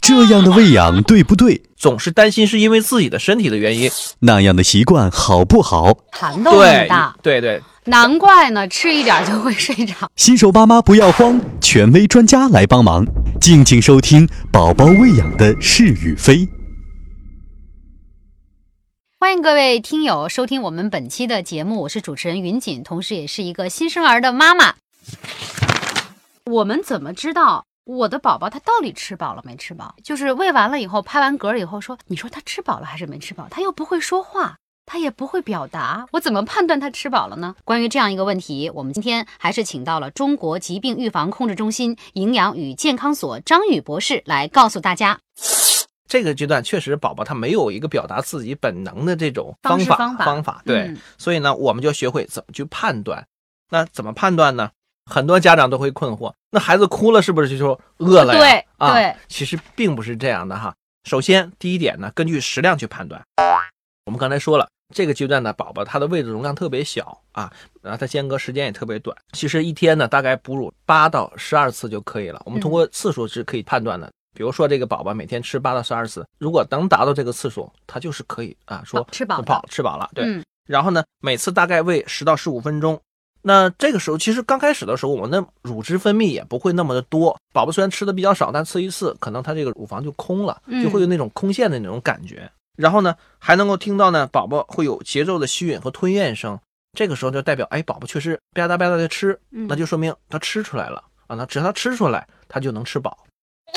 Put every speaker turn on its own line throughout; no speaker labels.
这样的喂养对不对？
总是担心是因为自己的身体的原因。
那样的习惯好不好？
涵都很
对
大，，
对对，
难怪呢，吃一点就会睡着。
新手爸妈不要慌，权威专家来帮忙。敬请收听《宝宝喂养的是与非》。
欢迎各位听友收听我们本期的节目，我是主持人云锦，同时也是一个新生儿的妈妈。我们怎么知道我的宝宝他到底吃饱了没吃饱？就是喂完了以后，拍完嗝了以后说，你说他吃饱了还是没吃饱？他又不会说话。他也不会表达，我怎么判断他吃饱了呢？关于这样一个问题，我们今天还是请到了中国疾病预防控制中心营养与健康所张宇博士来告诉大家。
这个阶段确实宝宝他没有一个表达自己本能的这种
方
方
式
法
方法
对，
嗯
所以呢，我们就要学会怎么去判断。那怎么判断呢？很多家长都会困惑，那孩子哭了是不是就说饿了呀？
对
啊
对
其实并不是这样的哈。首先，第一点呢，根据食量去判断。我们刚才说了，这个阶段呢，宝宝他的胃的容量特别小啊，然后他间隔时间也特别短。其实一天呢，大概哺乳八到十二次就可以了。我们通过次数是可以判断的。比如说这个宝宝每天吃八到十二次，如果能达到这个次数，他就是可以啊，说
哦吃饱了
饱吃饱了，对。
嗯
然后呢，每次大概喂十到十五分钟。那这个时候，其实刚开始的时候，我们的乳汁分泌也不会那么的多。宝宝虽然吃的比较少，但吃一次，可能他这个乳房就空了，
嗯
就会有那种空陷的那种感觉。然后呢，还能够听到呢，宝宝会有节奏的吸吮和吞咽声。这个时候就代表，哎，宝宝确实吧嗒吧嗒的吃，
嗯
那就说明他吃出来了啊。那只要他吃出来，他就能吃饱。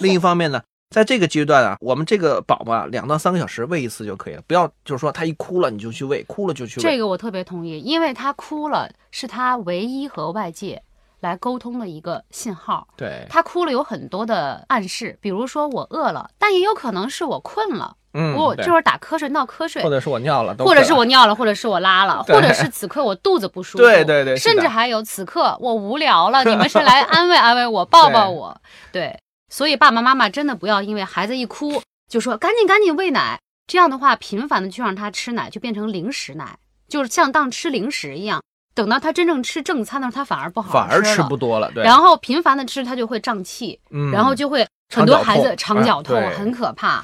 另一方面呢，在这个阶段啊，我们这个宝宝啊，两到三个小时喂一次就可以了，不要就是说他一哭了你就去喂，哭了就去
这
喂。
个我特别同意，因为他哭了是他唯一和外界来沟通的一个信号。
对，
他哭了有很多的暗示，比如说我饿了，但也有可能是我困了，
嗯，
我
对
这会儿打瞌睡闹瞌睡
或，者是我尿了，都
或
可
者
以啊
是我尿了，或者是我拉了，
对
或者是此刻我肚子不舒服，
对对对是的
甚至还有此刻我无聊了，你们 是来安慰安慰我，抱抱我，对，所以爸爸妈妈真的不要因为孩子一哭就说赶紧赶紧喂奶，这样的话频繁的去让他吃奶，就变成零食奶，就是像当吃零食一样，等到他真正吃正餐的时候，他反而不好好
反而吃
了
不。多了，对，
然后频繁的吃，他就会胀气，
嗯
然后就会
肠
很多
绞
孩子
痛
肠绞
啊
痛，
对
很可怕。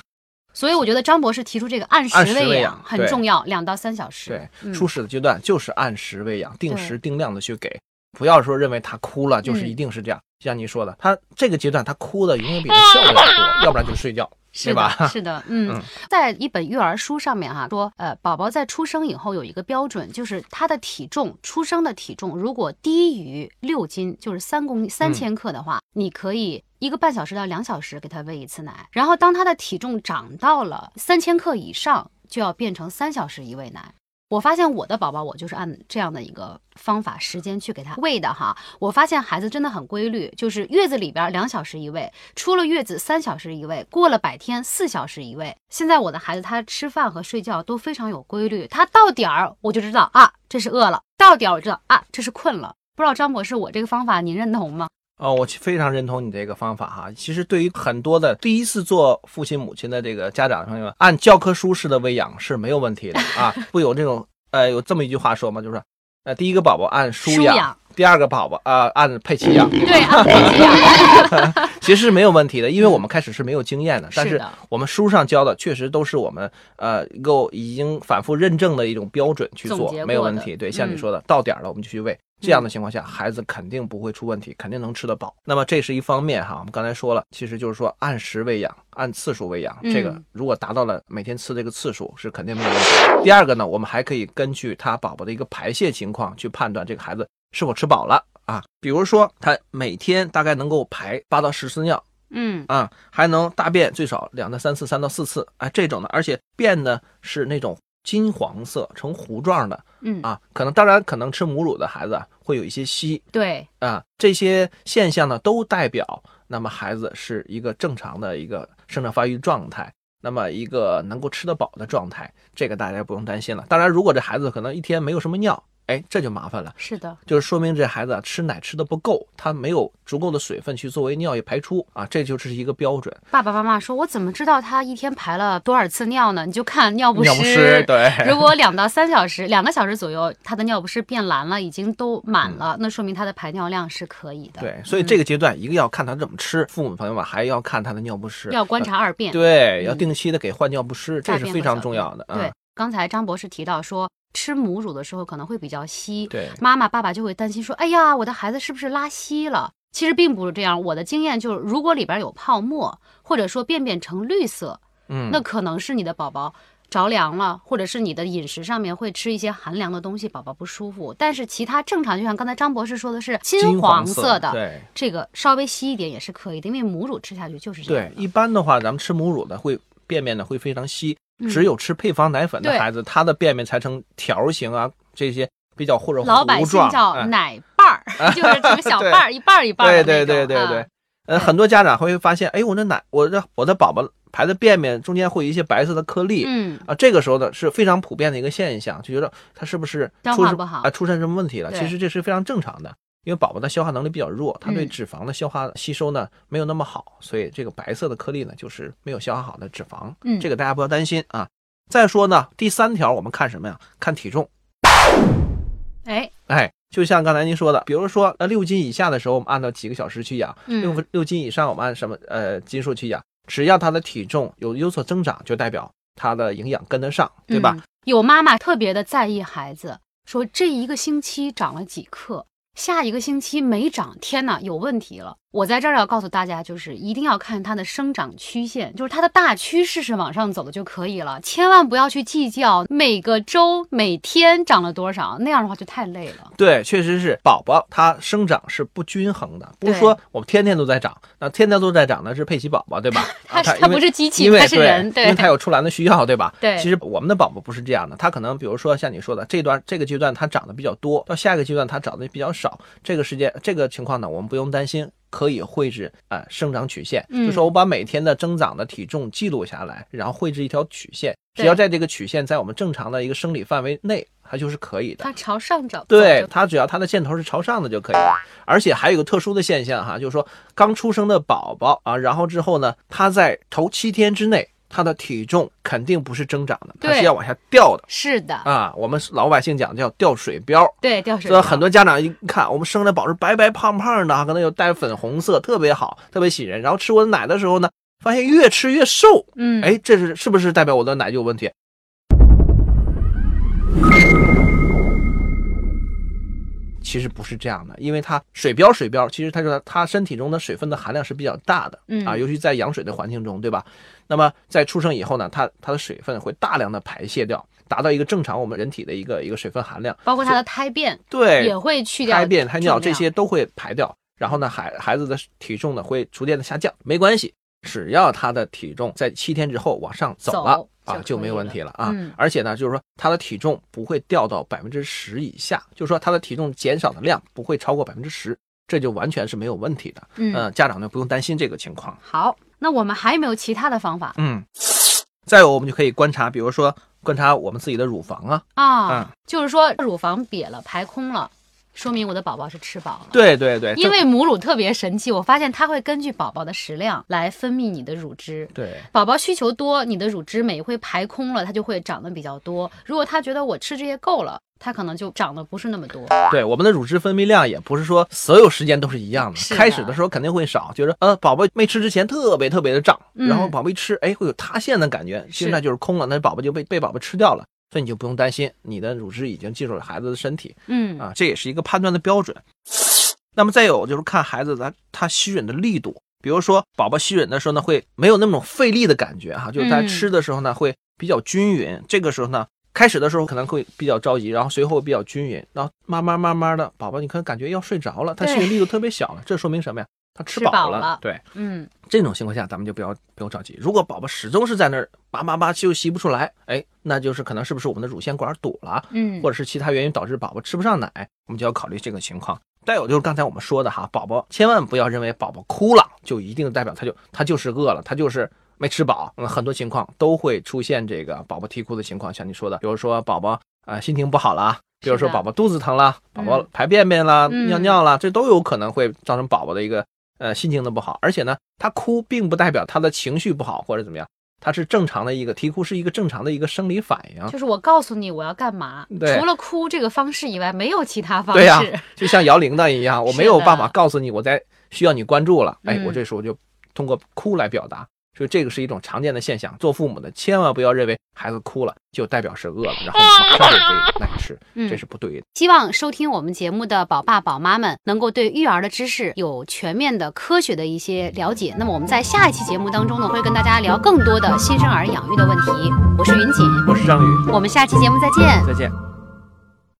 所以我觉得张博士提出这个按时
按时
喂
喂
养
养
很
对
重要，两到三小时。
对
嗯
初始的阶段就是按时喂养，定
对
时定量的去给，不要说认为他哭了就是
嗯
一定是这样，就像你说的，他这个阶段他哭的永远比他笑的要 多，要不然就睡觉，
是
对
的，
吧？
是的，嗯
嗯，
在一本育儿书上面哈、说，呃，宝宝在出生以后有一个标准，就是他的体重，出生的体重如果低于六斤，就是三公三千克的话，你可以。一个半小时到两小时给他喂一次奶，然后当他的体重长到了三千克以上，就要变成三小时一喂奶。我发现我的宝宝，我就是按这样的一个方法时间去给他喂的哈。我发现孩子真的很规律，就是月子里边两小时一喂，出了月子三小时一喂，过了百天四小时一喂。现在我的孩子他吃饭和睡觉都非常有规律，他到点儿我就知道啊，这是饿了；到点儿我知道啊，这是困了。不知道张博士，我这个方法您认同吗？
哦，我其非常认同你这个方法哈。其实对于很多的第一次做父亲母亲的这个家长朋友们，按教科书式的喂养是没有问题 的啊。不有这种呃有这么一句话说嘛，就是呃第一个宝宝按
舒
舒
养
第二个宝宝啊、呃按佩奇养，
对，啊按这样，
其实是没有问题的，因为我们开始是没有经验的，但
是
是
的
我们书上教的确实都是我们呃能够已经反复认证的一种标准去
总
做
结过的，
没有问题。对，像
嗯
你说的，到点儿了我们就去喂，这样的情况下，孩子肯定不会出问题，肯定能吃得饱。那么这是一方面哈，我们刚才说了，其实就是说按时喂养，按次数喂养，
嗯
这个如果达到了每天吃这个次数是肯定没有问题。第二个呢，我们还可以根据他宝宝的一个排泄情况去判断这个孩子是否吃饱了。啊，比如说他每天大概能够排八到十次尿，
嗯，
啊，还能大便最少两到三次，三到四次，啊，这种的，而且便呢是那种金黄色呈糊状的
嗯，
啊，可能当然可能吃母乳的孩子啊会有一些稀
对，
啊，这些现象呢都代表那么孩子是一个正常的一个生长发育状态。那么一个能够吃得饱的状态，这个大家不用担心了。当然，如果这孩子可能一天没有什么尿，哎，这就麻烦了，
是的，
就是说明这孩子啊吃奶吃的不够，他没有足够的水分去作为尿液排出啊，这就是一个标准。
爸爸妈妈说，我怎么知道他一天排了多少次尿呢？你就看尿不湿。
尿不湿，对，
如果两到三小时，两个小时左右，他的尿不湿变蓝了，已经都满了，那说明他的排尿量是可以
嗯
的。
对，所以这个阶段，一个要看他怎么吃，父母朋友们还要看他的尿不湿，
嗯
呃
要观察二遍。
对，
嗯
要定期的给换尿不湿，这
大
是
便
非
和
常
小
重
便
要的。
对
嗯，，
刚才张博士提到说，吃母乳的时候可能会比较稀，
对，
妈妈爸爸就会担心说，哎呀，我的孩子是不是拉稀了？其实并不是这样，我的经验就是，如果里边有泡沫，或者说便便呈绿色，
嗯，
那可能是你的宝宝着凉了，或者是你的饮食上面会吃一些寒凉的东西，宝宝不舒服。但是其他正常，就像刚才张博士说的是
金
金黄
色
的，
对。
这个稍微稀一点也是可以的，因为母乳吃下去就是这样
对，
的。
一般的话，咱们吃母乳的会便便呢会非常稀，
嗯
只有吃配方奶粉的
对
孩子，他的便便才成条形啊，这些比较或者
老百
糊
姓
状
叫
哎
奶瓣 儿，就是这个小瓣儿，一瓣儿一瓣儿
对
的
对对
那种
对
啊
对，呃，
对
很多家长会发现，哎，我这奶，我这我的宝宝排的便便中间会有一些白色的颗粒。
嗯，
啊，这个时候呢是非常普遍的一个现象，就觉得他是不是
消
出
化
什
不好
啊，出现什么问题了？其
对
实这是非常正常的，因为宝宝的消化能力比较弱，他对
嗯
脂肪的消化吸收呢没有那么好，所以这个白色的颗粒呢就是没有消化好的脂肪。
嗯
这个大家不要担心啊。再说呢，第三条我们看什么呀？看体重。
哎，
哎，就像刚才您说的，比如说呃六斤以下的时候，我们按照几个小时去养；六
嗯，
六斤以上，我们按什么呃斤数去养？只要他的体重有有所增长，就代表他的营养跟得上，对吧？
嗯？有妈妈特别的在意孩子，说这一个星期长了几克，下一个星期没长，天哪，有问题了！我在这儿要告诉大家，就是一定要看它的生长曲线，就是它的大趋势是往上走的就可以了，千万不要去计较每个周、每天长了多少，那样的话就太累了。
对，确实是宝宝它生长是不均衡的，不是
对
说我们天天都在长，那天天都在长的是佩奇宝宝，对 吧？啊
它是
因
它
为
不是机器
因，为
它是人，
因
对
为，它有出栏的需要，对吧？
对
其实我们的宝宝不是这样的，他可能比如说像你说的，这段这个阶段它长得比较多，到下一个阶段它长得比较少，这个时间这个情况呢，我们不用担心。可以绘制啊、呃生长曲线，
嗯
就说我把每天的增长的体重记录下来，然后绘制一条曲线，只
对
要在这个曲线在我们正常的一个生理范围内，它就是可以的。
它朝上长，
对，它只要它的线头是朝上的就可以了。而且还有一个特殊的现象哈，就是说刚出生的宝宝啊，然后之后呢，他在头七天之内，他的体重肯定不是增长的，它
对
是要往下掉的
是的，
啊。我们老百姓讲叫掉水膘。
对，掉水
所以
了
很多家长一看，我们生的宝是白白胖胖的，可能有带粉红色，特别好，特别喜人。然后吃我的奶的时候呢，发现越吃越瘦，
嗯，
哎，这是是不是代表我的奶就有问题？其实不是这样的，因为它水膘水膘，其实它说它身体中的水分的含量是比较大的，
嗯
啊，尤其在羊水的环境中，对吧？那么在出生以后呢，它它的水分会大量的排泄掉，达到一个正常我们人体的一个一个水分含量。
包括它的胎便
对，
也会去掉
胎便、胎尿
重
这
量
些都会排掉，然后呢，孩孩子的体重呢会逐渐的下降，没关系，只要他的体重在七天之后往上走了
走就
啊，
可
就没
以
有问
了
题了啊。
嗯
而且呢，就是说他的体重不会掉到百分之十以下，就是说他的体重减少的量不会超过百分之十，这就完全是没有问题的。
嗯
呃家长呢不用担心这个情况。
好，那我们还有没有其他的方法
嗯，再有我们就可以观察，比如说观察我们自己的乳房啊，
啊？
嗯
就是说乳房瘪了、排空了，说明我的宝宝是吃饱了。
对对对，
因
这
为母乳特别神奇，我发现它会根据宝宝的食量来分泌你的乳汁。
对。
宝宝需求多，你的乳汁每回排空了，它就会长得比较多。如果他觉得我吃这些够了，它可能就长得不是那么多。
对，我们的乳汁分泌量也不是说所有时间都是一样的，
是的
开始的时候肯定会少，觉得呃，宝宝没吃之前特别特别的胀，
嗯
然后宝宝一吃，哎，会有塌陷的感觉，其实
是
那就是空了，那宝宝就被被宝宝吃掉了。所以你就不用担心，你的乳汁已经进入了孩子的身体
嗯，
啊，这也是一个判断的标准。那么再有就是看孩子他他吸吮的力度，比如说宝宝吸吮的时候呢，会没有那种费力的感觉哈、就是在
嗯
吃的时候呢会比较均匀。这个时候呢，开始的时候可能会比较着急，然后随后比较均匀，然后慢慢慢慢的，宝宝你可能感觉要睡着了，他吸吮力度特别小了，这说明什么呀？他吃
吃饱
了。
了
对，
嗯，
这种情况下咱们就不要不要着急。如果宝宝始终是在那儿叭叭叭就吸不出来，哎，那就是可能是不是我们的乳腺管堵了，
嗯
或者是其他原因导致宝宝吃不上奶，我们就要考虑这个情况。再有就是刚才我们说的哈，宝宝千万不要认为宝宝哭了就一定代表他就他就是饿了，他就是没吃饱。嗯，很多情况都会出现这个宝宝啼哭的情况，像你说的，比如说宝宝啊、心情不好了啊，比如
是
说
的
宝宝肚子疼了，宝
嗯
宝排便便啦、
嗯
尿尿啦，这都有可能会造成宝宝的一个呃心情的不好。而且呢，他哭并不代表他的情绪不好或者怎么样，他是正常的一个啼哭是一个正常的一个生理反应。
就是我告诉你我要干嘛，
对
除了哭这个方式以外，没有其他方式。
对呀就像摇铃铛一样，我没有
是的
办法告诉你我在需要你关注了，哎，
嗯
我这时候就通过哭来表达，所以这个是一种常见的现象。做父母的千万不要认为孩子哭了就代表是饿了，然后马上就给奶吃，
嗯
这是不对的。
希望收听我们节目的宝爸宝妈们能够对育儿的知识有全面的、科学的一些了解。那么我们在下一期节目当中呢，会跟大家聊更多的新生儿养育的问题。我是云锦，
我是张宇，
我们下期节目再见。
再见。